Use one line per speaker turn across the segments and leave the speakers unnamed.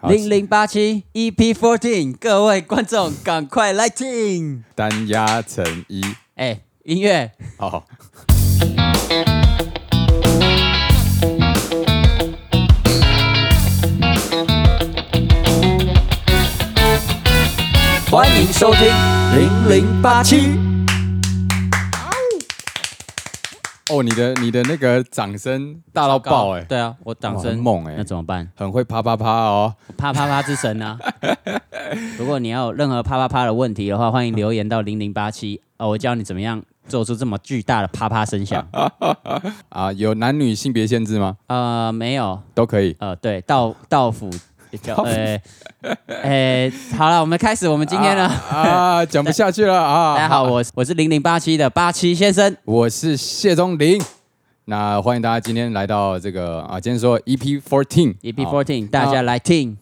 好
零零八七 EP Fourteen，各位观众赶快来听！
单压成一，
哎、音乐，
好，
欢迎收听零零八七。
哦，你的你的那个掌声大到爆哎、
对啊，我掌
哇
声
很猛哎
那怎么办？
很会啪啪啪哦，
我啪啪啪之神啊！ 如果你要有任何啪啪啪的问题的话，欢迎留言到零零八七啊，我教你怎么样做出这么巨大的啪啪声响。
啊，有男女性别限制吗？
呃，没有，
都可以。
呃，对，道道府，
府
呃，呃，好了，我们开始我们今天呢。
啊，讲不下去了啊！
大家好，我是我是零零八七的八七先生。
我是谢宗林。那欢迎大家今天来到这个啊，今天说 EP fourteen
EP E fourteen，大家来听。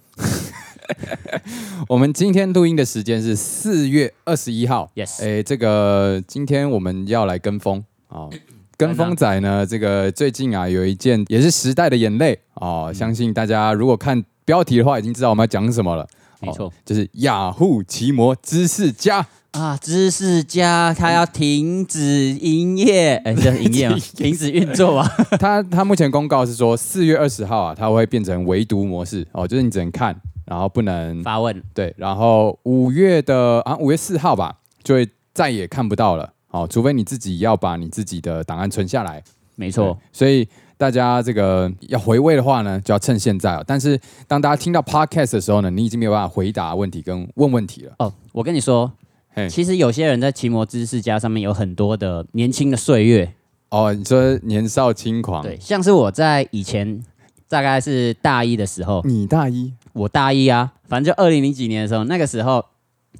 我们今天录音的时间是四月二十一号。
Yes
诶，这个今天我们要来跟风哦。跟风仔呢，这个最近啊有一件也是时代的眼泪
嗯
哦，相信大家如果看标题的话，已经知道我们要讲什么了。
没错
哦就是雅虎奇摩知识家。
啊，知识家他要停止营业， 哎、这是营业吗？停止运作啊 吧。
他他目前公告是说，四月二十号啊，它会变成唯读模式哦，就是你只能看，然后不能
发问，
对，然后五月的啊，五月四号吧，就会再也看不到了。哦，除非你自己要把你自己的档案存下来。
没错
对，，所以大家这个要回味的话呢，就要趁现在哦。但是当大家听到 podcast 的时候呢，你已经没有办法回答问题跟问问题了。
哦，我跟你说
嘿，
其实有些人在奇摩知识家上面有很多的年轻的岁月，
哦，你说年少轻狂，
对，，像是我在以前大概是大一的时候，
你大一
我大一啊，反正就二零零几年的时候，那个时候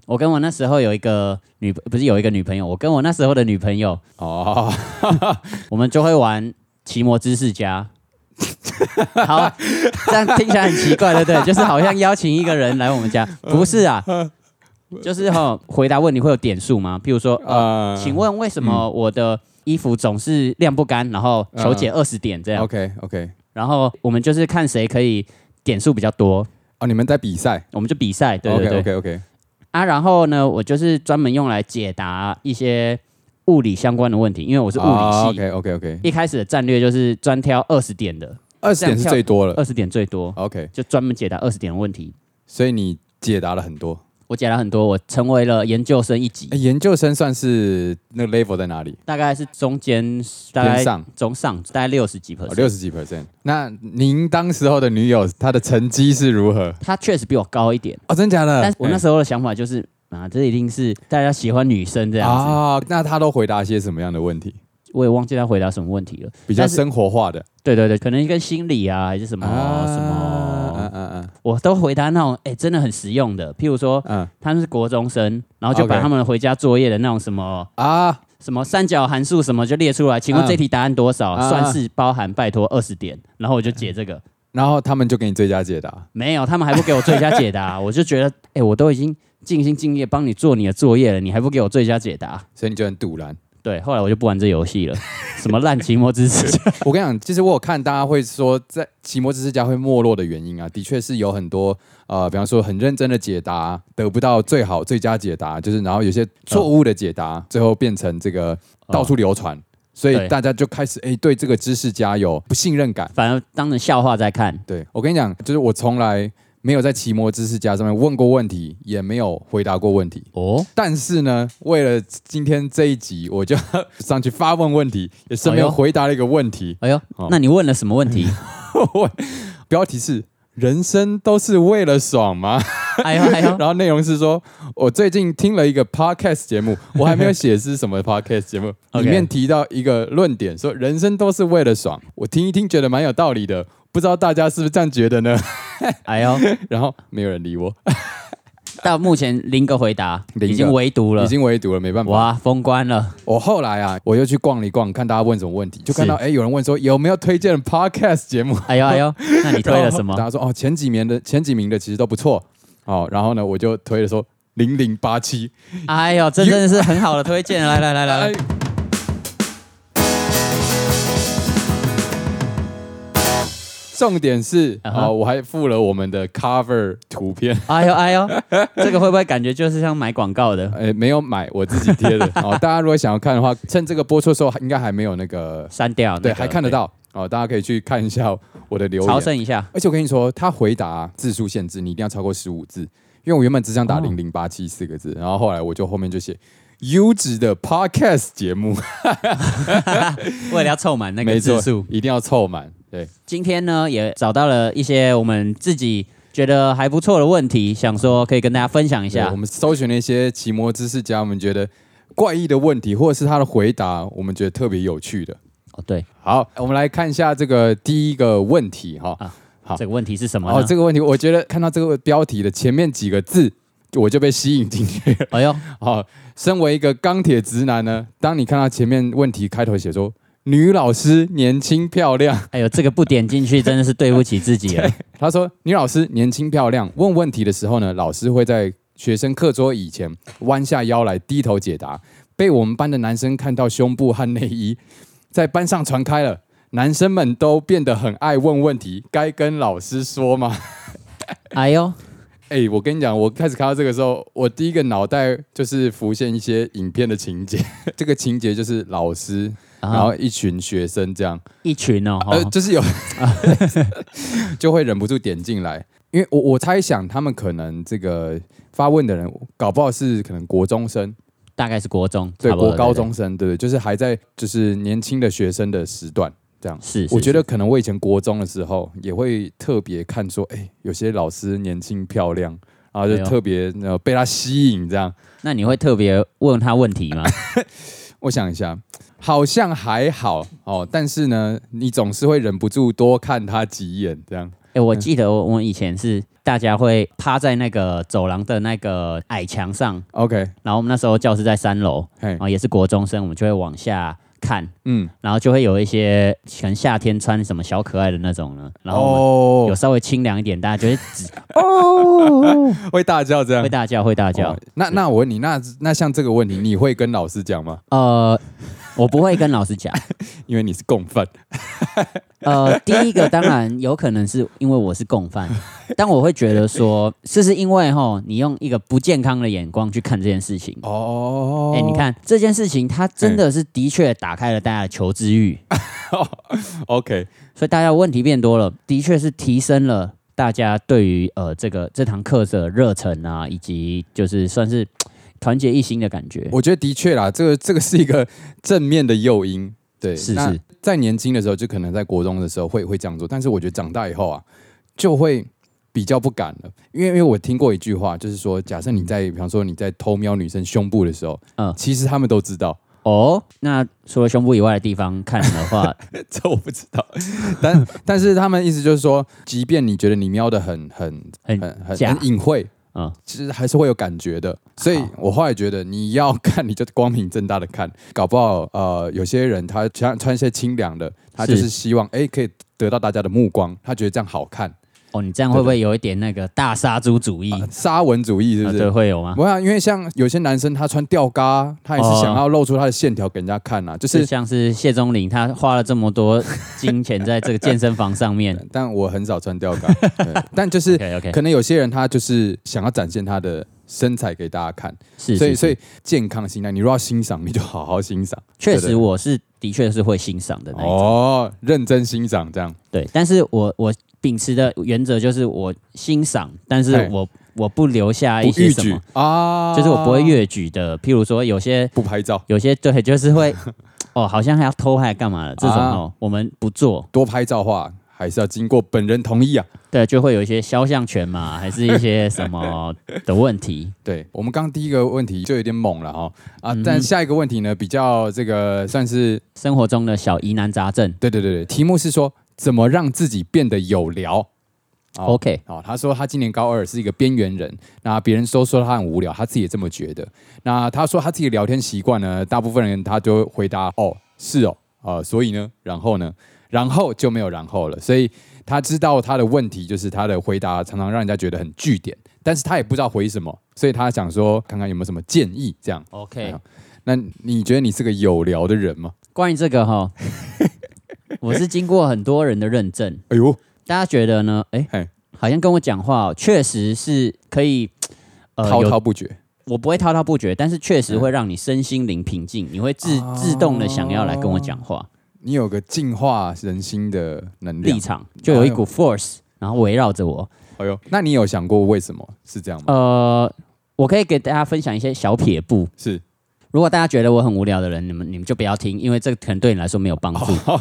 我跟我那时候有一个女，不是有一个女朋友，我跟我那时候的女朋友，
哦，
我们就会玩奇摩知识 家。好，这样听起来很奇怪，对不对？就是好像邀请一个人来我们家，不是啊？就是哈、回答问你会有点数吗？譬如说，呃，
呃，
请问为什么我的衣服总是晾不干，然后求解二十点这样？
嗯，OK OK，
然后我们就是看谁可以点数比较多，
哦，你们在比赛
我们就比赛，对对对。
，OK OK OK，
啊，然后呢，我就是专门用来解答一些物理相关的问题，因为我是物理系。
啊，OK OK OK，
一开始的战略就是专挑二十点的，
二十点是最多了
二十点最多，
，OK，
就专门解答二十点的问题。
所以你解答了很多。
我解答很多，我成为了研究生一级
欸，研究生算是那个 level 在哪里？
大概是中间，大
偏
概
上哦
中上，大概六十几 percent。
六十几 percent。那您当时候的女友，她的成绩是如何？
他确实比我高一点，
哦，真假的？
但是我那
欸
时候的想法就是啊，这一定是大家喜欢女生这样子。
啊，那她都回答些什么样的问题？
我也忘记他回答什么问题了。
比较
但是
生活化的
对对对，可能跟心理啊，还是什么、什么，
嗯
我都回答那种哎、真的很实用的。譬如说
嗯嗯
他们是国中生，然后就把
OK
他们回家作业的那种什么。
啊，
什么三角函数什么就列出来，请问
嗯
这题答案多少？
啊嗯
算式包含，拜托二十点。然后我就解这个，
然后他们就给你最佳解答。
没有，他们还不给我最佳解答，我就觉 得，哎、我都已经尽心尽力帮你做你的作业了，你还不给我最佳解答？
所以你就很堵然。
对，后来我就不玩这游戏 了，什么烂奇摩知识，
我跟你讲，其实我有看大家会说，在期末知识家会没落的原因啊，的确是有很多呃，比方说很认真的解答得不到最好最佳解答，就是然后有些
嗯
错误的解答，最后变成这个到处流传，所以
对
大家就开始哎、对这个知识家有不信任感。
反而当成笑话在看。
对我跟你讲，就是我从来没有在期末知识家上面问过问题，也没有回答过问题。
哦，
但是呢，为了今天这一集，我就上去发问问题，也顺
哎
便
呦
回答了一个问题。
哎呦
哦，
那你问了什么问 题？
我标题是“人生都是为了爽吗
哎呦哎”，呦，
然后内容是说，我最近听了一个 podcast 节目，我还没有写是什么 podcast 节目，里
OK
面提到一个论点，说人生都是为了爽。我听一听觉得蛮有道理的，不知道大家是不是这样觉得呢？
哎呦，
然后没有人理我，
到目前零个回答，
零个
已经围读了
已，经围堵了，没办法。
哇，封关了。
我后来啊，我又去逛了一逛，看大家问什么问题，就看
是
到哎、诶有人问说有没有推荐 podcast 节目，
哎呦哎 呦，那 你推了什么
大？家说哦，前几名的前几名的其实都不错哦。然后呢，我就推了说零零八七，
哎呦，这真的是很好的推 荐，来来来来
哎
来，，
重点是
啊
啊、
哈
呃我还附了我们的 cover 图片，
哎呦哎呦，这个会不会感觉就是像买广告的
呃，没有买，我自己 贴的。哦，大家如果想要看的话，趁这个播出的时候，应该还没有那个，
删掉、那
对，
个
还看得到哦，大家可以去看一下我的留
对朝
言。
圣一下。
而且我跟你说，他回答字数限制，你一定要超过十五字，因为我原本只想打
哦
零零八七四个字，然后后来我就后面就写优质的 podcast 节目，
为了要凑满那个
没错
字数，，
一定要凑满。对，
今天呢也找到了一些我们自己觉得还不错的问题，想说可以跟大家分享一
对
下
我。们搜寻了一些奇摩知识家，我们觉得怪异的问题，或者是他的回答，我们觉得特别有趣的。
哦，对，
好，我们来看一下这个第一个问题哈。好
这个问题是什么呢？
哦，这个问题，我觉得看到这个标题的前面几个字，我就被吸引进去 了。
哎呦，
好，身为一个钢铁直男呢，当你看到前面问题开头写说“女老师年轻漂亮
哎呦，这个不点进去真的是对不起自己 了。”，
他说“女老师年轻漂亮”，问问题的时候呢，老师会在学生课桌以前弯下腰来低头解答，被我们班的男生看到胸部和内衣，在班上传开了。男生们都变得很爱问问题，该跟老师说吗？
哎呦，
哎、我跟你讲，我开始看到这个时候，我第一个脑袋就是浮现一些影片的情节。 这个情节就是老师，
啊
然后一群学生这样，
一群哦，
呃，
哦
就是有， 就会忍不住点进来，因为我我猜想他们可能这个发问的人，搞不好是可能国中生，
大概是国中，
对，
差不多
国高中生，对不对？就是还在就是年轻的学生的时段这样。
是，是
我觉得
是
可能我以前国中的时候也会特别看说，哎、有些老师年轻漂亮，然后
哎
就
呦
特别呃被他吸引这样。
那你会特别问他问题吗？
我想一下，好像还好哦，但是呢，你总是会忍不住多看他几眼这样。
哎、我记得我我们以前是大家会趴在那个走廊的那个矮墙上，
OK，
然后我们那时候教室在三楼，
嘿
然，后也是国中生，我们就会往下看，
嗯，
然后就会有一些可能夏天穿什么小可爱的那种呢，然后我们有
哦，
稍微清凉一点，大家就会指
会大叫这样
会。大叫会大叫
哦。那那我问你，那那像这个问题，你会跟老师讲吗？
呃，我不会跟老师讲。
因为你是共犯。
呃，第一个当然有可能是因为我是共犯，但我会觉得说，这是因为哈，你用一个不健康的眼光去看这件事情。
哦
哎、你，看这件事情，它真的是的确打开了大家的求知欲，
啊，OK，
所以大家问题变多了，的确是提升了大家对于呃这个这堂课的热忱啊，以及就是算是团结一心的感觉。
我觉得的确啦，这个这个是一个正面的诱因。对，
是
那
是，
在年轻的时候，就可能在国中的时候会会这样做，但是我觉得长大以后啊，就会比较不敢了，因为因为我听过一句话，就是说，假设你在比方说你在偷瞄女生胸部的时候，
嗯
其实他们都知道，
哦，那除了胸部以外的地方看的 话，
这我不知 道，但但是他们意思就是说，即便你觉得你瞄的很很
很
很很
假
很隐晦。
嗯
其实还是会有感觉的，所以
好
我后来觉得你要看 你就光明正大的看，搞不好呃有些人他穿穿一些清凉的，他就是是希望哎、可以得到大家的目光，他觉得这样好看，
哦，你这样会不会有一点那个大杀猪主义？
啊沙文主义是不
啊
是？
对，会有吗？
我想，因为像有些男生他穿吊嘎，他也是
哦
想要露出他的线条给人家看啊，就是是。
像是谢宗林，他花了这么多金钱在这个健身房上面。
但我很少穿吊嘎，对 但 就是
OK OK，
可能有些人他就是想要展现他的身材给大家看，
是，
所以
是
所
是
以健康的心态，你如果要欣赏，你就好好欣赏
确
对对
实我是的确是会欣赏的那一种。
哦，认真欣赏这样。
对，但是我我秉持的原则就是我欣赏，但是
嘿
我我不留下一
不
些
逾
什
矩
么，
啊，
就是我不会越矩的。譬如说有些
不拍照，
有些对，就是 会哦，好像还要偷还干嘛的这种
啊
哦，我们不做，
多拍照的话还是要经过本人同意啊。
对，就会有一些肖像权嘛，还是一些什么的问题。
对我们刚刚第一个问题就有点猛了哈啊，
嗯
但下一个问题呢比较这个算是
生活中的小疑难杂症。
对对对对，题目是说怎么让自己变得有聊。哦
OK，
哦，他说他今年高二，是一个边缘人。那别人都说他很无聊，他自己也这么觉得。那他说他自己的聊天习惯呢，大部分人他就回答哦是哦，呃，所以呢，然后呢，然后就没有然后了。所以他知道他的问题就是他的回答常常让人家觉得很据点，但是他也不知道回什么，所以他想说看看有没有什么建议这样。哎
OK，
呀那你觉得你是个有聊的人吗？
关于这个哈，我是经过很多人的认证，
哎呦，
大家觉得呢？哎、
嘿
好像跟我讲话、哦，确实是可以，呃，
滔
有
滔不绝，
我不会滔滔不绝，但是确实会让你身心灵平静，你会自
哦
自动的想要来跟我讲话，
你有个净化人心的能
立
力。
场就有一股 force，然后围绕着我。
哎呦，那你有想过为什么是这样吗？
呃，我可以给大家分享一些小撇步，
是
如果大家觉得我很无聊的人，你们你们就不要听，因为这个可能对你来说没有帮助。
哦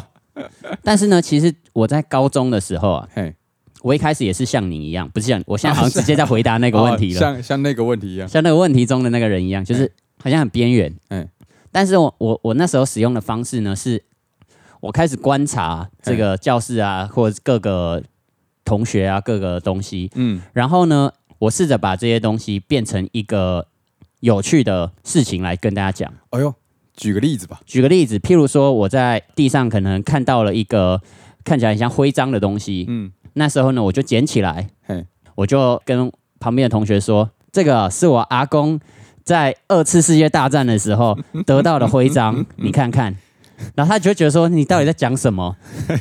但是呢，其实我在高中的时候啊，
嘿，
我一开始也是像你一样，不是像你我
哦
现在好像
啊
直接在回答那
那
个问题了，
哦像像那个问题一样，
像那个问题中的那个人一样，就是好像很边缘。
嗯
嗯，但是我我我那时候使用的方式呢，是我开始观察
嗯
这个教室啊，或者是各个同学啊，各个东西，
嗯，
然后呢，我试着把这些东西变成一个有趣的事情来跟大家讲。
哎呦，举个例子吧，
举个例子，譬如说我在地上可能看到了一个看起来很像徽章的东西，
嗯，
那时候呢我就捡起来
嘿，
我就跟旁边的同学说，这个是我阿公在二次世界大战的时候得到的徽章，你看看。 然后他就会觉得说你到底在讲什 么？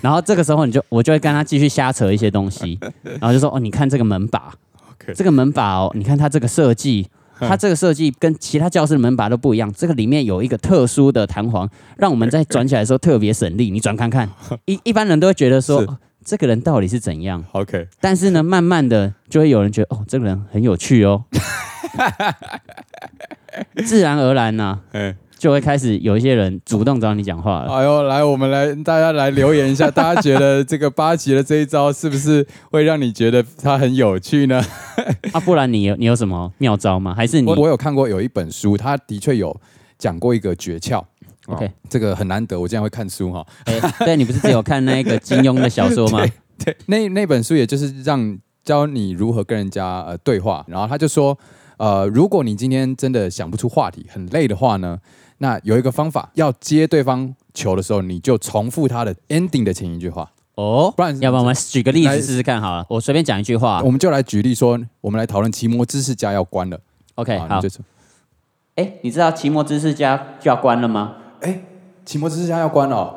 然后这个时候你就我就会跟他继续瞎扯一些东 西，然后就说哦，你看这个门把
OK
这个门把哦，你看它这个设计，它这个设计跟其他教室的门把都不一样，这个里面有一个特殊的弹簧，让我们在转起来的时候特别省力。你转看 看，一一般人都会觉得说、
是
哦这个人到底是怎样，
，OK，
但是呢，慢慢的就会有人觉得哦，这个人很有趣 哦，自然而然呢、
哎，
就会开始有一些人主动找你讲话了。
哎呦，来，我们来，大家来留言一下，大家觉得这个八级的这一招是不是会让你觉得它很有趣 呢？
啊，不然你有你有什么妙招吗？还是你
我我有看过有一本书，它的确有讲过一个诀窍。哦
OK
这个很难得，我竟然会看书哈、
哎对你不是只有看那个金庸的小说吗？
对，那那本书也就是让教你如何跟人家呃对话，然后他就说，呃，如果你今天真的想不出话题，很累的话呢，那有一个方法，要接对方球的时候，你就重复他的 ending 的前一句话。
哦，
不然
要不啊然我们举个例
来
子试试看好了。我随便讲一句话
我们就来举例说，我们来讨论奇摩知识家要关了。
，OK，
啊
好
你就。说
哎，你知道奇摩知识家就要关了吗？
奇摩知识家要关了哦、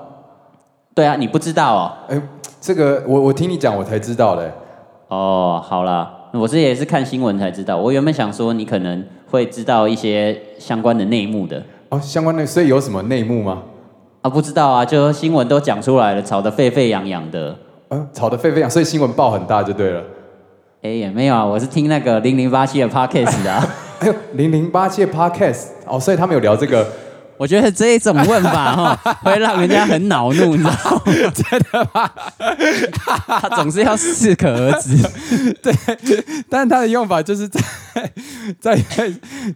对啊，你不知道哦。
哎，这个我我听你讲我才知道的。
哦，好啦，我这也是看新闻才知道。我原本想说你可能会知道一些相关的内幕的
哦，相关的，所以有什么内幕吗？
啊，不知道啊，就新闻都讲出来了，吵得沸沸扬扬的。
呃，吵得沸沸扬，所以新闻报很大就对了。
哎，也没有啊，我是听那个零零八七的 podcast 的啊、
哎呦，零零八届 podcast 哦，所以他们有聊这个。
我觉得这一种问 法哈、会让人家很恼怒，你知道吗？真的 吗？他总是要适可而 止。
但它的用法就是在 在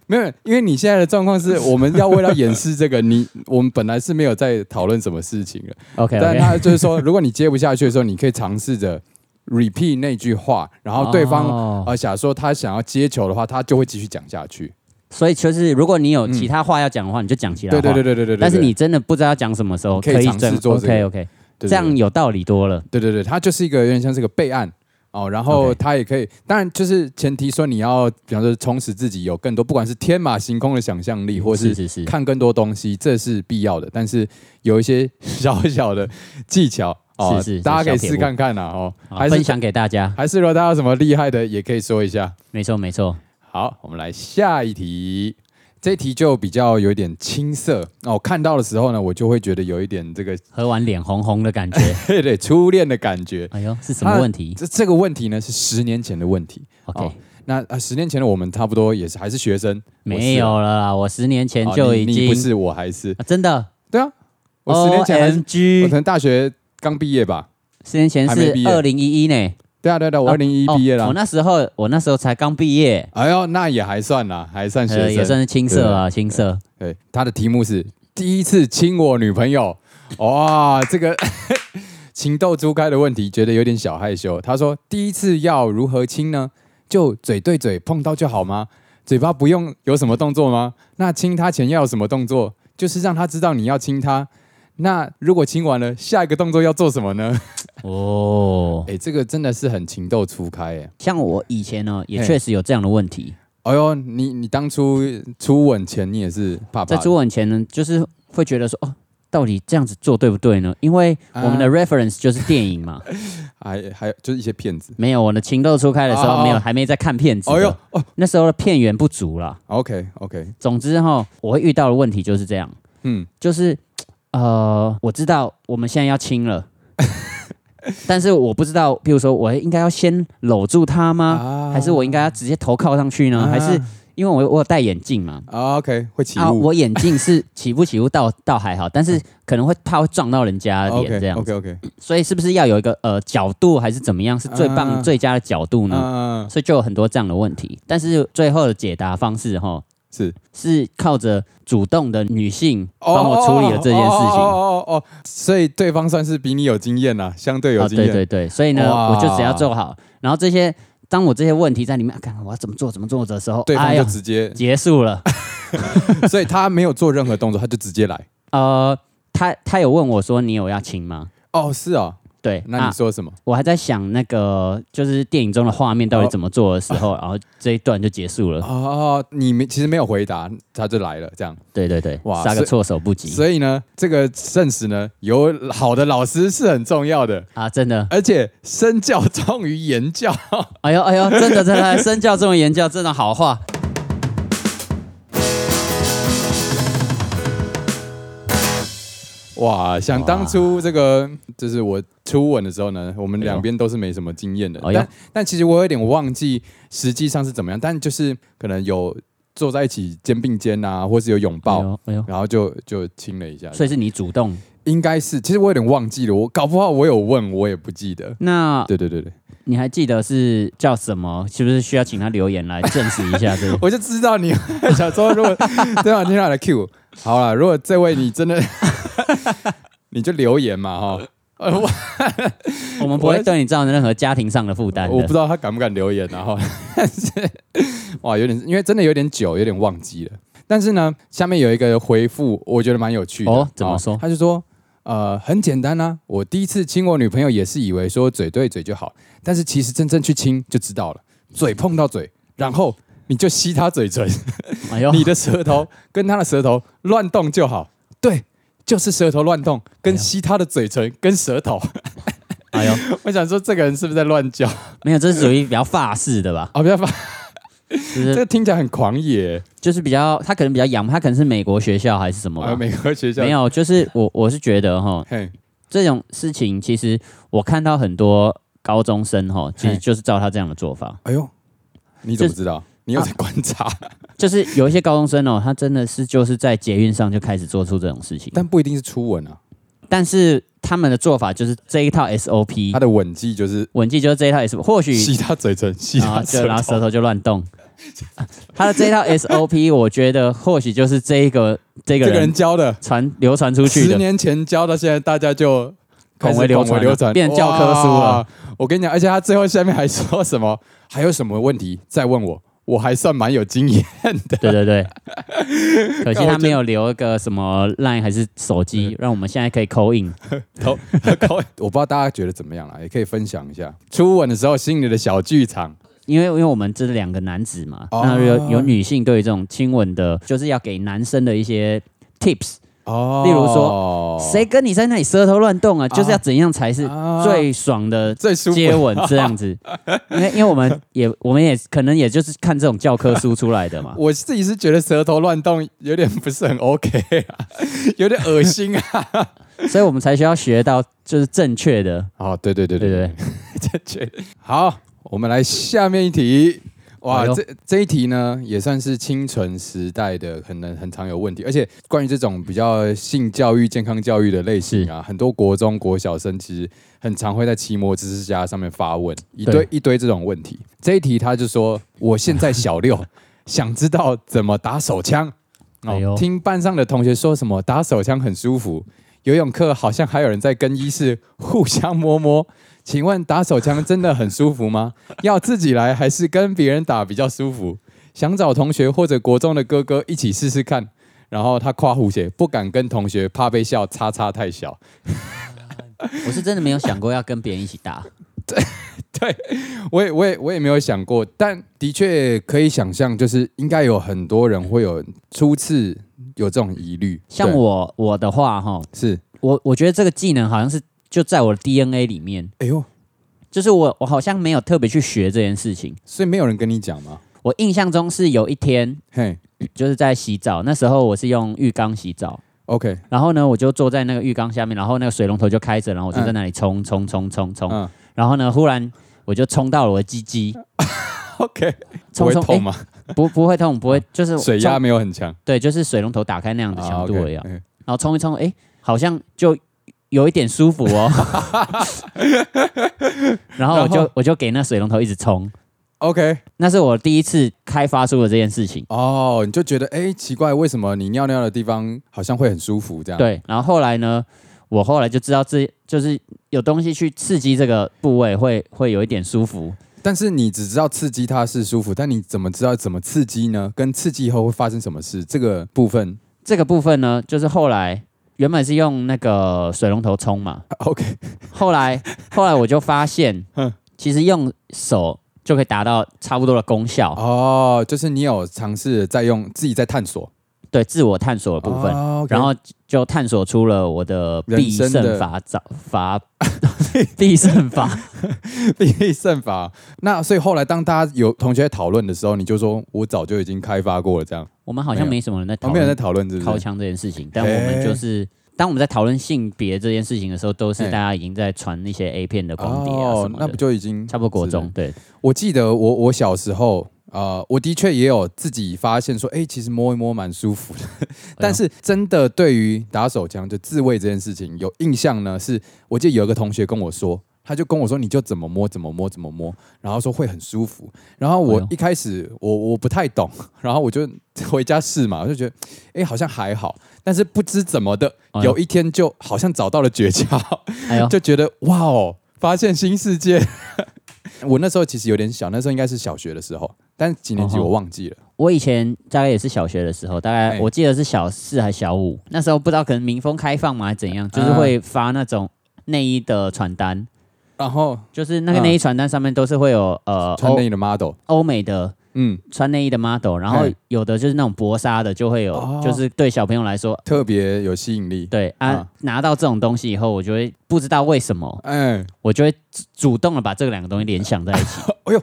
没有，因为你现在的状况是我们要为了掩饰这个，你我们本来是没有在讨论什么事情的，
OK
但
OK，
他就是说，如果你接不下去的时候，你可以尝试着 repeat 那句话，然后对方、
哦
呃想说他想要接球的话，他就会继续讲下去。
所以就是如果你有其他话要讲的话，你就讲其他话。
对对对对对对对
但是你真的不知道要讲什么时候，
你可以尝试
整
做这个
OK OK，
对对对
这样有道理多了。
对对对，它就是一个有点像是个备案哦，然后
OK
它也可以，当然就是前提说你要，比方说充实自己，有更多不管是天马行空的想象力，或
是是是
看更多东西，这是必要的。但是有一些小小的技巧哦，
是是是
大家可以
小撇步
试看看啦、哦，
好
还
分
是
享给大家。
还是如果大家有什么厉害的，也可以说一下。
没错没错，
好，我们来下一题。这一题就比较有一点青涩哦，看到的时候呢，我就会觉得有一点这个
喝完脸红红的感觉。
对对初恋的感觉。
哎呦，是什么问题
这这个问题呢是十年前的问题。
？OK，、
那啊，十年前的我们差不多也是还是学生，
没有了啦，我十年前
我是哦
就
你
已
你
经、
不是我还是
啊、真的。
对啊，我十年前还是、我
NG，
可能大学刚毕业吧。
十年前
还没
是
毕业
二零一一呢，
对啊对啊对啊，我二零一
哦
毕业了。
我那时候我那时候才刚毕业，
哎呦，那也还算啦，还算学
呃，
生。
也算是青涩啊，青涩。
对，他的题目是第一次亲我女朋友，哇，这个 情窦初开的问题，觉得有点小害羞。他说，第一次要如何亲呢？就嘴对嘴碰到就好吗？嘴巴不用有什么动作吗？那亲她前要有什么动作？就是让她知道你要亲她。那如果亲完了，下一个动作要做什么呢？
哦，
哎、这个真的是很情窦初开哎。
像我以前呢，也
嘿
确实有这样的问题，
哎呦，你你当初初吻前你也是怕怕
在
的
初吻前呢，就是会觉得说哦。到底这样子做对不对呢？因为
啊
我们的 reference 就是电影 嘛，
还还有就是一些骗子。
没有我的情窦初开的时
哦
候，没有
哦
还没在看片子的，
哎呦哦
那时候的片源不足啦。
，OK OK，
总之哈，我会遇到的问题就是这样，
嗯，
就是呃，我知道我们现在要亲了，但是我不知道，譬如说我应该要先搂住他吗？
啊
还是我应该要直接头靠上去呢？
啊
还是因为我我有戴眼镜嘛？
啊 OK 会起
啊，
雾，
我眼镜是起不起雾倒倒还好，但是可能会怕会撞到人家的脸这
OK
样子
OK OK，
所以是不是要有一个呃角度还是怎么样是最棒、
啊
最佳的角度呢？
嗯，
所以就有很多这样的问题，但是最后的解答方式哈
是哦
是靠着主动的女性帮我处理了这件事情。
哦哦哦，所以对方算是比你有经验啦，相对有
啊
经
对
验。
对对，所以呢，
哇
我就只要做好，然后这些当我这些问题在里面，啊看、我要怎么做怎么做的时候，
对
哎
方
呀
就，直接，
结束了。 哎
所以他没有做任何动作，他就直接来。
呃，他他有问我说你有要亲吗？
哦，是哦，
对，啊
那你说什么？
我还在想那个就是电影中的画面到底怎么做的时 候，然后这一段就结束了。
哦，你没其实没有回答，他就来了，这样。
对对对，
哇
杀个
所以
措手不及
所以呢，这个证实呢，有好的老师是很重要的，
啊！真的，
而且身教重于言教。
哎呦哎呦，真的真的， 身教这么言教，真的好话。
哇，想当初这个就是我初吻的时候呢，我们两边都是没什么经验的，
哎呦
但但其实我有点忘记实际上是怎么样，但就是可能有坐在一起肩并肩啊，或是有拥抱。
哎呦哎呦，
然后就就亲了一下，
所以是你主动。
应该是，其实我有点忘记了，我搞不好我有问，我也不记得。
那
对对对对，？
你还记得是叫什么？是不是需要请他留言来证实一下这个
我就知道你 想说，如果对啊，接下来 Q 好了，如果这位你真的， 你就留言嘛哈、呃我
我们不会对你造成任何家庭上的负担
我不知
的。
道他敢不敢留言、啊，然后 哇，有点，因为真的有点久，有点忘记了。但是呢，下面有一个回复，我觉得蛮有趣的。
哦怎么说
他就说，呃，很简单啊，我第一次亲我女朋友也是以为说嘴对嘴就好，但是其实真正去亲就知道了，嘴碰到嘴，然后你就吸她嘴唇，
哎呦，
你的舌头跟她的舌头乱动就好。对，就是舌头乱动，跟
哎呦
吸她的嘴唇跟舌头。
哎呦，
我想说，这个人是不是在乱 教啊
没有，这是属于比较法式的 吧？？
不要发
就
这
是
个听起来很狂野，
就是比较，他可能比较洋，他可能是美国学校还是什么
啊，
吧？
美国学校
没，有，就是我我是觉得哈，
嘿，
这种事情，其实我看到很多高中生哈，其实就是照他这样的做法，
哎呦，啊你怎么知道？你又在观察，
就是有一些高中生哦，他真的是就是在捷运上就开始做出这种事情，
但不一定是初吻啊，
但是他们的做法就是这一套 SOP，
他的吻技就是
吻技就是这一套 SOP，或许
吸他嘴唇，吸
啊
他
就
舌
然后舌
头，
头就乱动， 他的这一套 SOP，我 觉得或许就是这一个这
这
个
个人
人
教的，
传流传出去
十
的，
年前教到现在，大家就
广为
开始
流传了
流传，
变教科书了
哇。我跟你讲，而且他最后下面还说什么？还有什么问题再问我？我还算蛮有经验的。
对对对，可惜
看我
他
真
没有留一个什么 Line 还是手机，让我们现在可以扣印。
头 我不知道大家觉得怎么样啦，也可以分享一下初吻的时候心里的小剧场。
因为因为我们这两个男子嘛，
哦
那有有女性对于这种亲吻的，就是要给男生的一些 tips，
哦
例如说谁跟你在那里舌头乱动啊，就是要怎样才是
啊
最爽的
最舒服，
接吻这样子。因为因为我们也我们也可能也就是看这种教科书出来的嘛
啊我自己是觉得舌头乱动有点不是很 OK 啊， 有点恶心啊。
所以我们才需要学到就是正确的，
哦，对对对
对不对？
对，确好，我们来下面一题。哇，
哎呦
这这一题呢，也算是清纯时代的，可能很常有问题。而且关于这种比较性教育、健康教育的类型啊，很多国中、国小生其实很常会在期末知识家上面发问一堆
对
一堆这种问题。这一题他就说：“我现在小六，想知道怎么打手枪。”
哎呦
哦，听班上的同学说什么打手枪很舒服，游泳课好像还有人在更衣室互相摸摸。请问打手枪真的很舒服吗？ 要自己来还是跟别人打比较舒服？想找同学或者国中的哥哥一起试试看。然后他夸胡写，不敢跟同学，怕被笑，叉叉太小。
我是真的没有想过要跟别人一起打，
我也，我也，我也没有想过，但的确可以想象，就是应该有很多人会有初次有这种疑虑。
像
对
我我的话哈，
是，
我我觉得这个技能好像是就在我的 DNA 里面，
哎呦，
就是我我好像没有特别去学这件事情。
所以没有人跟你讲吗？
我印象中是有一天
嘿
就是在洗澡，那时候我是用浴缸洗澡，
，OK，
然后呢我就坐在那个浴缸下面，然后那个水龙头就开着，然后我就
嗯
在那里冲冲冲冲冲，
嗯
然后呢忽然我就冲到了我的鸡鸡，
，OK，不
冲
会
冲
痛吗？嗯
诶不不会痛，不会就是
水
冲
压没有很强，
对，就是水龙头打开那样的哎强度而已、
啊
啊。
，OK，哎
然后冲一冲，哎、好像就有一点舒服哦。 然后我
然
就我就给那水龙头一直冲，
，OK，
那是我第一次开发出的这件事情。
哦，你就觉得哎，奇怪，为什么你尿尿的地方好像会很舒服这样？，
对，然后后来呢，我后来就知道这就是有东西去刺激这个部位会会有一点舒服。
但是你只知道刺激它是舒服，但你怎么知道怎么刺激呢？跟刺激以后会发生什么事？这个部分
这个部分呢，就是后来原本是用那个水龙头冲 嘛，
啊，OK，
后来后来我就发 现，
嗯
其实用手就可以达到差不多的功效。
哦，就是你有尝试在用自己在探索
对自我探索的部分，
哦，OK
然后就探索出了我的必
人生
胜
的
法早 法必胜法。
必胜法。那所以后来当大家有同学在讨论的时候，你就说我早就已经开发过了这样，
我们好像没什么人在
哦，
讨
没有人在
论
讨论是
靠
不是？
枪这件事情，但我们就是当我们在讨论性别这件事情的时候，都是
嘿哦
大家已经在传一些 A 片的光碟啊什么
那不
的，
就已经
差不多国中
是
对
我记得我我小时候，呃，我的确也有自己发现说，哎、其实摸一摸蛮 舒服的。但
哎
是真的对于打手枪就自慰这件事情有印象呢，是我记得有一个同学跟我说。他就跟我说，你就怎么摸怎么摸怎么摸，然后说会很舒服。然后
哎
我
呦
一开始我我不太懂，然后我就 回家试嘛，我就觉得，哎，好像还好。但是不知怎么的，
哎呦
有一天就好像找到了诀窍，
哎 呦，
就觉得哇哦，发现新世界。 我那时候其实有点小，那时候应该是小学的时候，但几年级
哦吼
我忘记了。
我以前大概也是小学的时候，大概
哎
我记得是小四还小五，那时候不知道可能民风开放嘛，还是怎样，就是
啊
会发那种内衣的传单，
然后
就是那个
嗯
内衣传单上面都是会有呃
穿内
欧
衣的 model，
欧美的
哦嗯，
穿内衣的 model，然后
嘿
有的就是那种薄纱的，就会有、
哦
就是对小朋友来说，
特别有吸引力。
对啊，
啊
拿到这种东西以后，我就会不知道为什么，
嗯
我就会主主动的把这两个东西联想在一 起。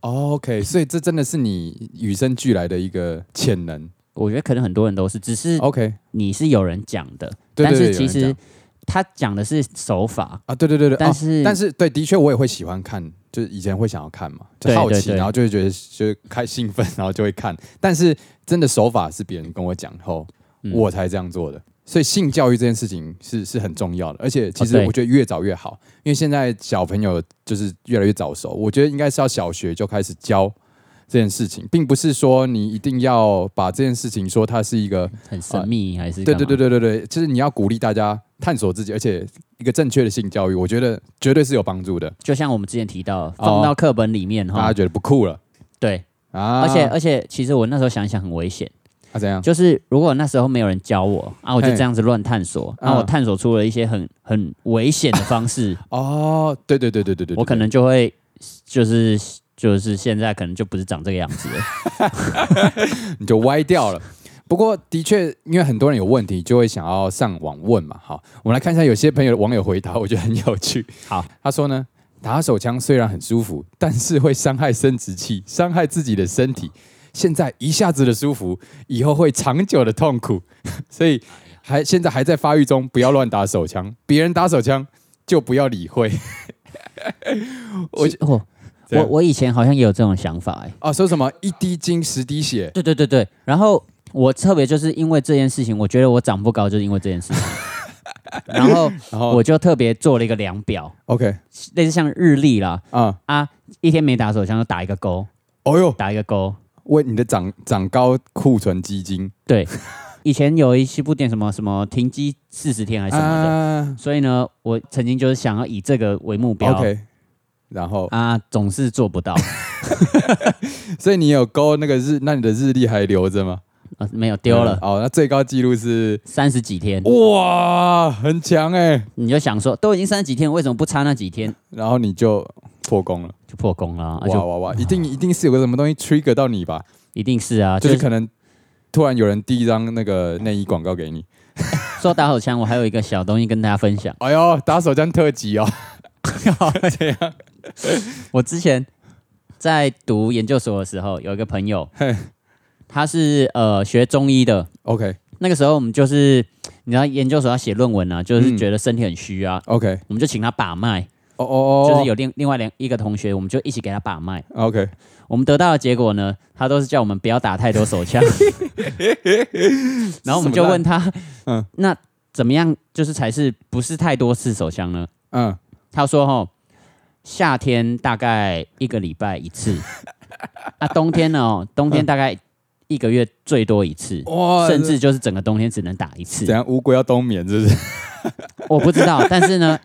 哦，OK，所以这真的是你与生俱来的一个潜能。
我觉得可能很多人都是，只是
OK，
你是有人讲的，
哦对对对，
但是其
有
实
人讲
他讲的是手法，
啊，对对对对，
但
哦
是、
但是对，的确我也会喜欢看，就是以前会想要看嘛，就好
对对
奇，
对
然后就会觉得就是开兴奋，然后就会看。 但是真的手法是别人跟我讲后，
嗯
我才这样做的。所以性教育这件事情是是很重要的，而且其实
哦对
我觉得越早越好，因为现在小朋友就是越来越早熟，我觉得应该是要小学就开始教。这件事情，并不是说你一定要把这件事情说它是一个
很神秘、还是
啊对
干
对
嘛
对对对对，就是你要鼓励大家探索自己，而且一个正确的性教育，我觉得绝对是有帮助的。
就像我们之前提到，放到课本里面
大
哈、
家觉得不酷了
对，
哦啊！
而且而且其实我那时候想一想很危险。
啊怎样？
就是如果那时候没有人教我啊，我就
嘿
这样子乱探索，
嗯
啊，我探索出了一些很很危险的方 式，
哦，对对对对对对，
我可能就会就是就是现在可能就不是长这个样子了。
对你就歪掉了。不过的确，因为很多人有问题，就会想要上网问嘛。好，我们来看一下有些朋友网友回答，我觉得很有趣。
好，
他说呢，打手枪虽然很舒服，但是会伤害生殖器，伤害自己的身体。现在一下子的舒服，以后会长久的痛苦， 所以还现在还在发育中，不要乱打手枪。别人打手枪就不要理会。 我
其我
这
我
样
我以前好像也有这种想法哎、
啊，说什么一滴精十滴血，
对对对对，然后我特别就是因为这件事情，我觉得我长不高就是因为这件事 情，然后
然后
我就特别做了一个量表，
OK
类似像日历啦
啊，
啊，一天没打手枪就打一个勾，
哦呦，
打一个勾，
为你的长长高库存基金
对，以前有一些部电什么什么停机四十天还是什么的，
啊
所以呢，我曾经就是想要以这个为目标。
，OK，然后
啊，总是做不到，
所以你有勾那个日，那你的日历还留着吗？
呃没有丢了
哦，那最高记录是
三十几天，
哇，很强哎、
你就想说，都已经三十几天，为什么不差那几天
然后你就破功了，
就破功了啊、啊？
哇哦
就
哇哇，一定一定是有个什么东西 trigger 到你吧？
一定是啊，
就
就是是
可能突然有人递一张那个内衣广告给你，
说打手枪，我还有一个小东西跟大家分 享。
哎呦，打手枪特辑哦，这样，
我之前在读研究所的时候，有一个朋友，他是呃学中医的。
OK
那个时候我们就是，你知道研究所要写论文啊，就是觉得身体很虚啊，
OK，
我们就请他把脉，
哦哦哦，
就是有另另外两一个同学，我们就一起给他把脉。
OK，
我们得到的结果呢，他都是叫我们不要打太多手枪。 然后我们就问他，
嗯
嗯，那怎么样就是才是不是太多次手枪呢？
嗯，
他说吼，夏天大概一个礼拜一次，啊，冬天呢、哦，冬天大概一个月最多一次。
哇
甚至就是整个冬天只能打一次
怎，样乌龟要冬眠是不是？
我不知道。但是呢，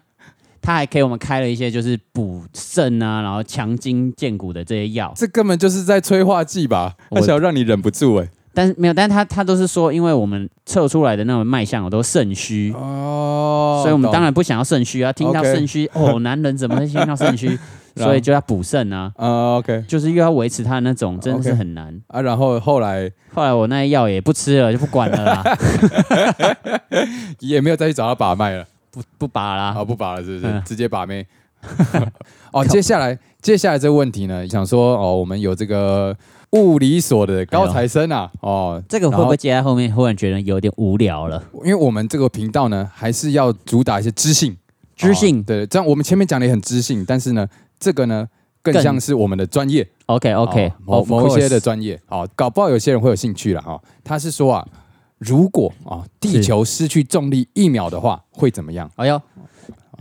他还给我们开了一些就是补肾啊，然后强筋健骨的这些药。
这根本就是在催化剂吧？
我
他想要让你忍不住哎、
但是没有，但是他他都是说，因为我们测出来的那种脉象我都肾虚，
哦
哦所以我们当然不想要肾虚啊。听到
OK
肾虚，哦，男人怎么会听到肾 虚？
然后
所以就要补肾啊，
啊、OK
就是又要维持他那种，真的是
OK
很难。
啊，然后后来
后来我那些药也不吃了，就不管了 啦，
也没有再去找他把脉了，
不不拔啦。
啊不把了是不是？
嗯
直接把 妹。哦，接下来接下来这个问题呢，想说哦，我们有这个物理所的高材生啊，
哎
哦，
这个会不会接在后面，忽然觉得有点无聊了？
因为我们这个频道呢，还是要主打一些知性，
知性
哦对，这样我们前面讲的也很知性，但是呢，这个呢更
更
像是我们的专业
OK
哦
OK，
某某一些的专业，哦，搞不好有些人会有兴趣了哦。他是说啊，如果啊、哦、地
是
球失去重力一秒的话，会怎么样？
哎呦，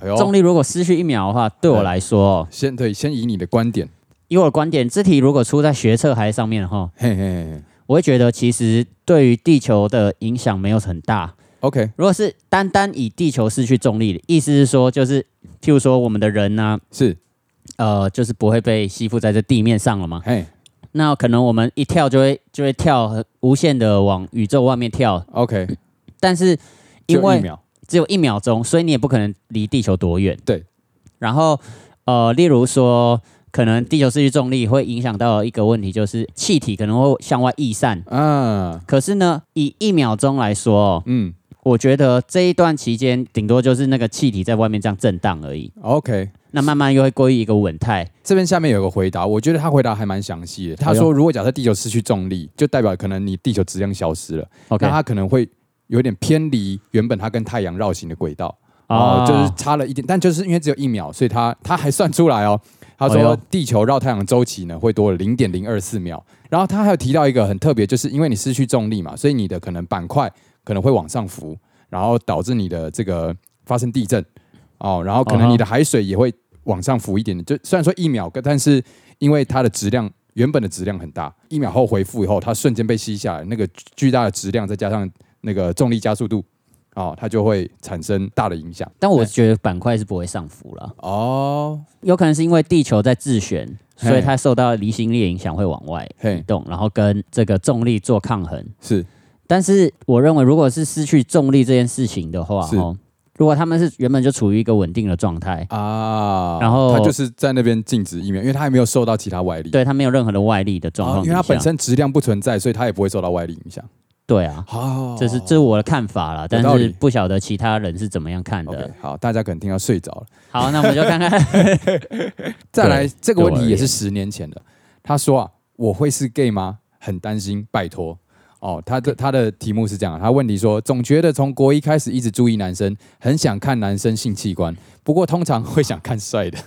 哎呦
重力如果失去一秒的话，对我来说哦，
先对，先以你的观点，
以我的观点，这题如果出在学测还是上面的话，
嘿嘿嘿
我会觉得其实对于地球的影响没有很大。
，OK，
如果是单单以地球失去重力，意思是说，就是譬如说我们的人呢、
是，
呃，就是不会被吸附在这地面上了嘛。
嘿
那可能我们一跳就会就会跳无限的往宇宙外面跳，
，OK，
但是因
就一
为
秒，
只有一秒钟，所以你也不可能离地球多远。
对。
然后呃，例如说，可能地球失去重力会影响到一个问题，就是气体可能会向外溢散。
啊，
可是呢，以一秒钟来说、哦，
嗯
我觉得这一段期间，顶多就是那个气体在外面这样震荡而已，
，OK，
那慢慢又会归于一个稳 态。
这边下面有个回答，我觉得他回答还蛮详细的。他
哎
说，
呦
如果假设地球失去重力，就代表可能你地球质量消失了，
OK，
那它可能会有点偏离原本它跟太阳绕行的轨道，
哦，
哦就是差了一点，但就是因为只有一秒，所以它它还算 出来哦。他
哎
说
呦
地球绕太阳的周期呢会多了零点零二四秒，然后他还有提到一个很特别，就是因为你失去重力嘛，所以你的可能板块可能会往上浮，然后导致你的这个发生地震哦，然后可
哦
能
哈
你的海水也会往上浮一点点，就虽然说一秒，但是因为它的质量原本的质量很大，一秒后回复以后，它瞬间被吸下来，那个巨大的质量再加上那个重力加速度，哦，它就会产生大的影响。
但我觉得板块是不会上浮了，
哦，
有可能是因为地球在自旋，
嘿
所以它受到离心力的影响会往外
嘿
移动，然后跟这个重力做抗衡。
是
但是我认为，如果是失去重力这件事情的话，
是
哦，如果他们是原本就处于一个稳定的状态，
啊，
然后
它就是在那边静止一秒，因为它还没有受到其他外力。
对它没有任何的外力的状
哦，
况
因
底
为
下，
它本身质量不存在，所以它也不会受到外力影响。
对啊，
好
这是这是我的看法啦，但
哦道理
是不晓得其他人是怎么样看的
OK，。好，大家可能听到睡着了。
好，那我们就看看
再来，这个问
对我
题
而
也是
言
十年前的。他说啊，我会是 gay 吗？很担心，拜托。哦，他的他的题目是这样啊，他问题说，总觉得从国一开始一直注意男生，很想看男生性器官，不过通常会想看帅的。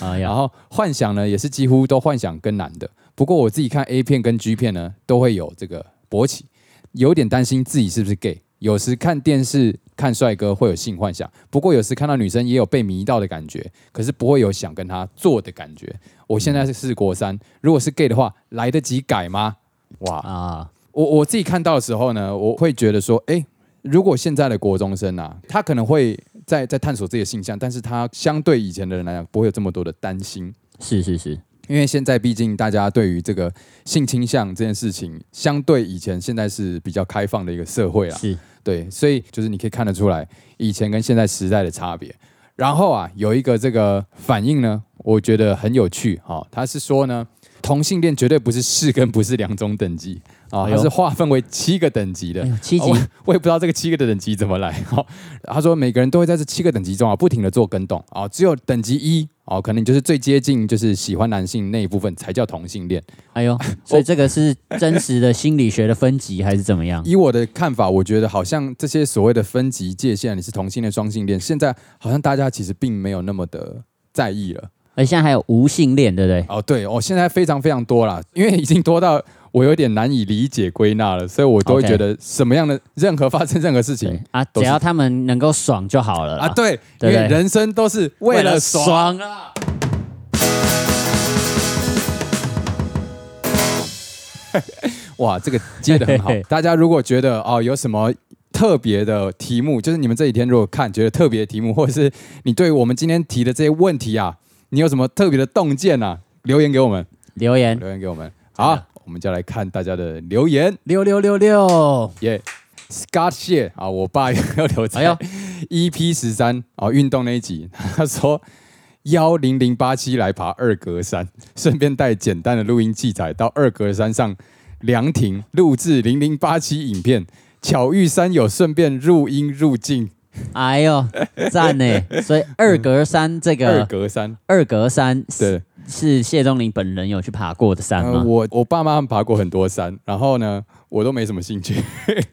哎
然
呀，
后幻想呢，也是几乎都幻想跟男的。不过我自己看 A 片跟 G 片呢，都会有这个勃起，有点担心自己是不是 gay。有时看电视看帅哥会有性幻想，不过有时看到女生也有被迷到的感觉，可是不会有想跟她做的感觉。我现在是是国三，如果是 gay 的话，来得及改吗？哇，
啊，
我我自己看到的时候呢，我会觉得说，诶，如果现在的国中生啊，他可能会在在探索自己的性向，但是他相对以前的人来讲，不会有这么多的担心。
是是是，
因为现在毕竟大家对于这个性倾向这件事情，相对以前现在是比较开放的一个社会啦，
是
对，啊所以就是你可以看得出来以前跟现在时代的差别。然后啊，有一个这个反应呢，我觉得很有趣哈、哦，他是说呢，同性恋绝对不是是跟不是两种等级啊，
哎
它
呦
是划分为七个等级的
哎。呦，七
啊
级
我 我也不知道这个七个的等级怎么来。哦，他说每个人都会在这七个等级中啊，不停的做跟动啊、只有等级一哦，可能你就是最接近就是喜欢男性那一部分才叫同性恋。
哎呦，所以这个是真实的心理学的分级还是怎么 样？
以我的看法，我觉得好像这些所谓的分级界限，你是同性恋、双性恋，现在好像大家其实并没有那么的在意了。
而现在还有无性恋，对不对？
哦，对，哦，现在非常非常多啦，因为已经多到我有点难以理解归纳了，所以我都会
OK
觉得什么样的任何发生任何事情
对啊，
都
只
是
要他们能够爽就好了啦
啊，，对，因
对
为
不对
人生都是为了爽。
爽啊！
哇，这个接的很好
嘿嘿。
大家如果觉得哦有什么特别的题目，就是你们这几天如果看觉得特别的题目，或者是你对我们今天提的这些问题啊，你有什么特别的洞见啊，留言给我们，
留言
留言给我们。好
真的，
我们就来看大家的留言。
六六六六，
耶、Scott 谢啊，我爸也有留在
哎呦
EP E 十三啊，运动那一集， 他说幺零零八七来爬二格山， 顺便带简单的录音器材到二格山上凉亭录制零零八七影片，巧遇山友，顺便入音入境
哎 呦，赞呢！所以二格山这
二
个
格山。
二格山是啊
对，
是谢东林本人有去爬过的山
呃、
吗？
我我爸妈他们爬过很多山，然后呢，我都没什么兴趣。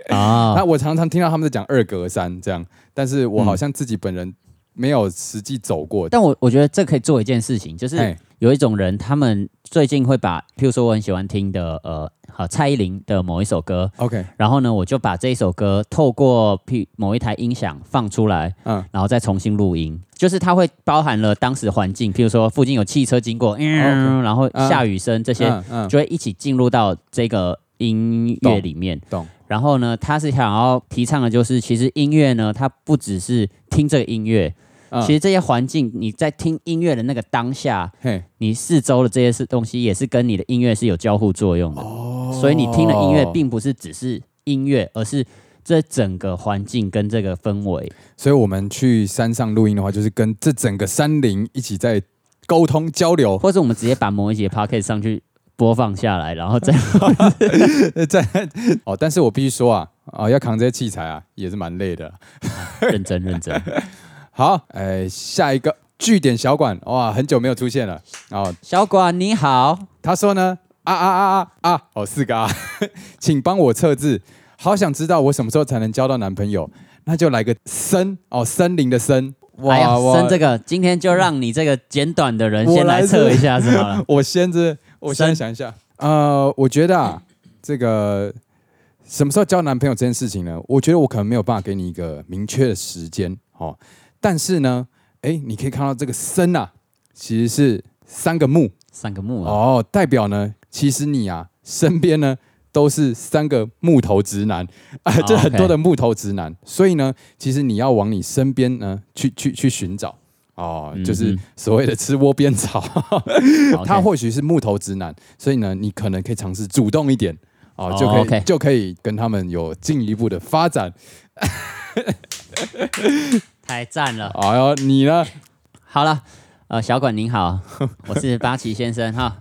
啊嗯
那，我常常听到他们在讲二格山这样，但是我好像自己本人没有实际走过。
但我我觉得这可以做一件事情，就是
哎
有一种人，他们最近会把，譬如说我很喜欢听的，呃，好蔡依林的某一首歌，
OK，
然后呢，我就把这一首歌透过譬某一台音响放出来，
嗯
嗯，然后再重新录音，就是它会包含了当时环境，譬如说附近有汽车经过，嗯，然后
嗯
下雨声这些，
嗯嗯
就会一起进入到这个音乐里面。
懂。
然后呢，他是想要提倡的就是，其实音乐呢，它不只是听这个音乐，
嗯
其实这些环境，你在听音乐的那个当下，
嘿，
你四周的这些事东西也是跟你的音乐是有交互作用的。
哦
所以你听的音乐并不是只是音乐，而是这整个环境跟这个氛围。
所以我们去山上录音的话，就是跟这整个山林一起在沟通交流，
或者我们直接把某一节 p o c k e t 上去播放下来，然后再
在哦。但是我必须说啊，啊、要扛这些器材啊，也是蛮累的。
认真认 真。
好，哎，下一个据点小馆，哇，很久没有出现了哦。
小管你好，
他说呢，啊啊啊啊啊，哦，四个啊，请帮我测字，好想知道我什么时候才能交到男朋友，那就来个森哦，森林的森。
哎呀，
我
生这个，今天就让你这个简短的人
我
先
来
来
自
测一下是 吗？
我先这，我先
三
想一下。呃，我觉得啊，这个什么时候交男朋友这件事情呢？我觉得我可能没有办法给你一个明确的时间哦。但是呢，哎，你可以看到这个生啊，其实是三个木
三个木啊，
哦，代表呢，其实你啊身边呢都是三个木头直男啊，
哦
就很
OK
多的木头直男。所以呢，其实你要往你身边呢去去去寻找哦，就是
嗯哼
所谓的吃窝边草。
好
他
OK
或许是木头直男，所以呢，你可能可以尝试主动一点哦，
哦
就可以、
OK
就可以跟他们有进一步的发展。
太赞了。
哎呦，你呢？
好了，呃，小管您好，我是八旗先生哈。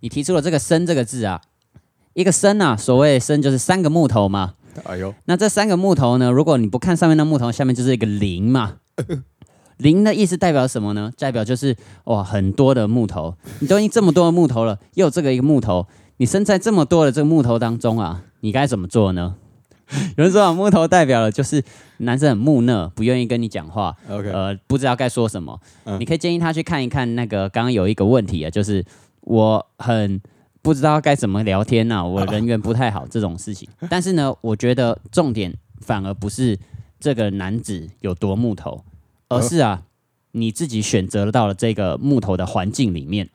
你提出了这个“生”这个字啊，一个“生”啊，所谓“生”就是三个木头嘛，
哎呦，
那这三个木头呢？如果你不看上面的木头，下面就是一个零嘛。零的意思代表什么呢？代表就是哇，很多的木头，你都已经这么多的木头了，又有这个一个木头，你身在这么多的这个木头当中啊，你该怎么做呢？ 有人说、啊、木头代表了就是男生很木讷，不愿意跟你讲话
OK
呃，不知道该说什么。
嗯
你可以建议他去看一看那个刚刚有一个问题啊，就是我很不知道该怎么聊天呐、啊我人缘不太好这种 事情。但是呢，我觉得重点反而不是这个男子有多木头，而是
嗯
啊，你自己选择到了这个木头的环境里面，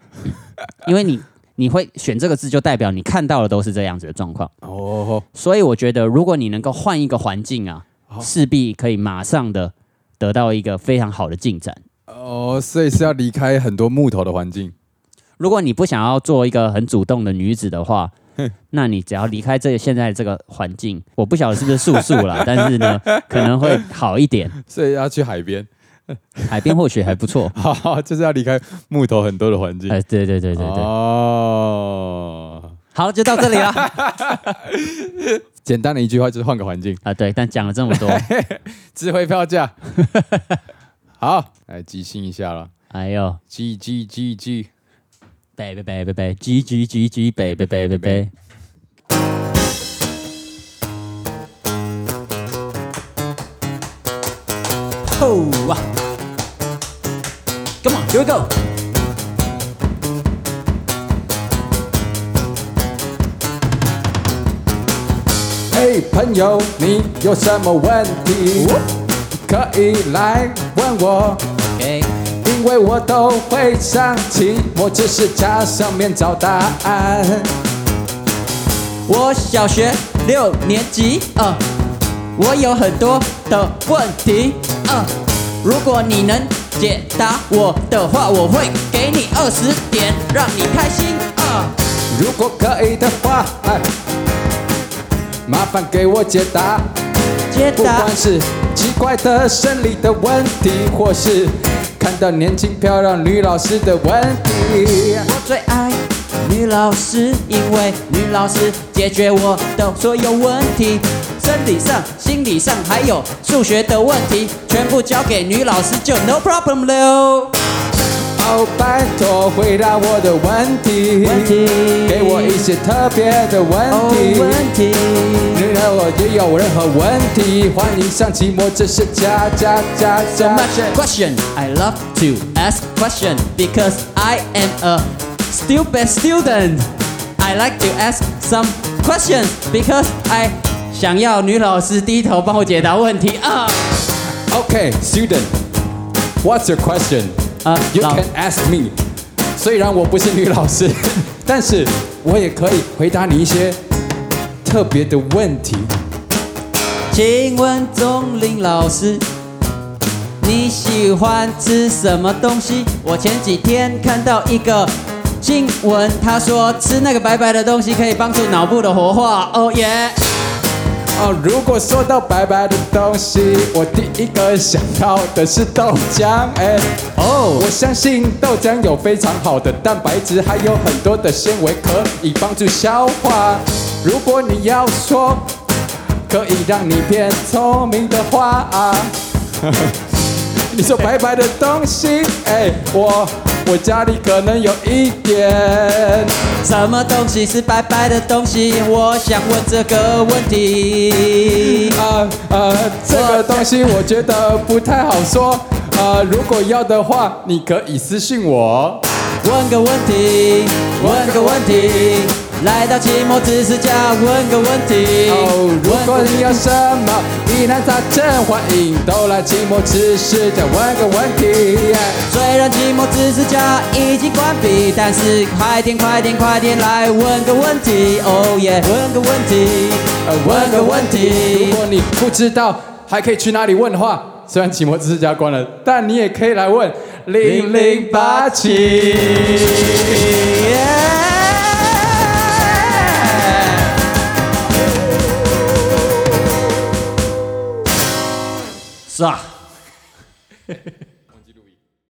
因为你你会选这个字，就代表你看到的都是这样子的状况。
哦，
所以我觉得，如果你能够换一个环境啊，势必可以马上的得到一个非常好的进展。
哦，所以是要离开很多木头的环境。
如果你不想要做一个很主动的女子的话，那你只要离开这个现在这个环境，我不晓得是不是素素啦，但是呢，可能会好一点，
所以要去海边， 。
海边或许还不错哎
哈哈，就是要离开木头很多的环境。
呃，对对对对对，
哦
好，就到这里了
简单的一句话就是换个环境，
啊。对，但讲了这么多，
值回票价。 好，来即兴一下了，
哎呦，
即即即即，
北北北北北，叽叽叽叽，北北北北北。吼啊！Come on, here we go.
嘿，朋友，你有什么问题？可以来问我，
OK，
因为我都会上期末知识家上面找答案。
我小学六年级，呃，我有很多的问题，呃，如果你能解答我的话，我会给你二十点，让你开心，呃。
如果可以的话，哎麻烦给我解答。
解
不
答
管是奇怪的生理的问题，或是看到年轻漂亮女老师的问题，
我最爱女老师，因为女老师解决我的所有问题，生理上、心理上还有数学的问题，全部交给女老师就 no problem 了。
哦，拜托回答我的问题，
问题
给我一些特别的问
哦，
题。
问题。
如果我也有任何问题，欢迎上期末知识家家家
So
家。
much question. I love to ask question because I am a stupid student. I like to ask some questions because I 想要女老师低头帮我解答问题啊。
Okay, student, what's your question?
啊
You
老
can ask me. 虽然我不是女老师， 但是我也可以回答你一些特别的问题。
请问钟林老师，你喜欢吃什么东西？我前几天看到一个新闻，他说吃那个白白的东西可以帮助脑部的活化。哦耶！
哦，如果说到白白的东西，我第一个想到的是豆浆。哎，
哦
我相信豆浆有非常好的蛋白质，还有很多的纤维可以帮助消化。如果你要说可以让你变聪明的话、 啊，你说白白的东西，哎，我我家里可能有一点。
什么东西是白白的东西？我想问这个问题。
呃呃，这个东西我觉得不太好说。呃，如果要的话，你可以私信我。
问个问题，问个问题，来到期末知识家，问个问题。
哦，如果
问个
你有什么疑难杂症，欢迎都来期末知识再问个问题。
虽然寂寞知识家已经关闭，但是快点快点快点来问个问题，哦耶，问个问题，
呃，问个问题，如果你不知道，还可以去哪里问的话，虽然期末知识家关了，但你也可以来问零零八七。
耶！是啊，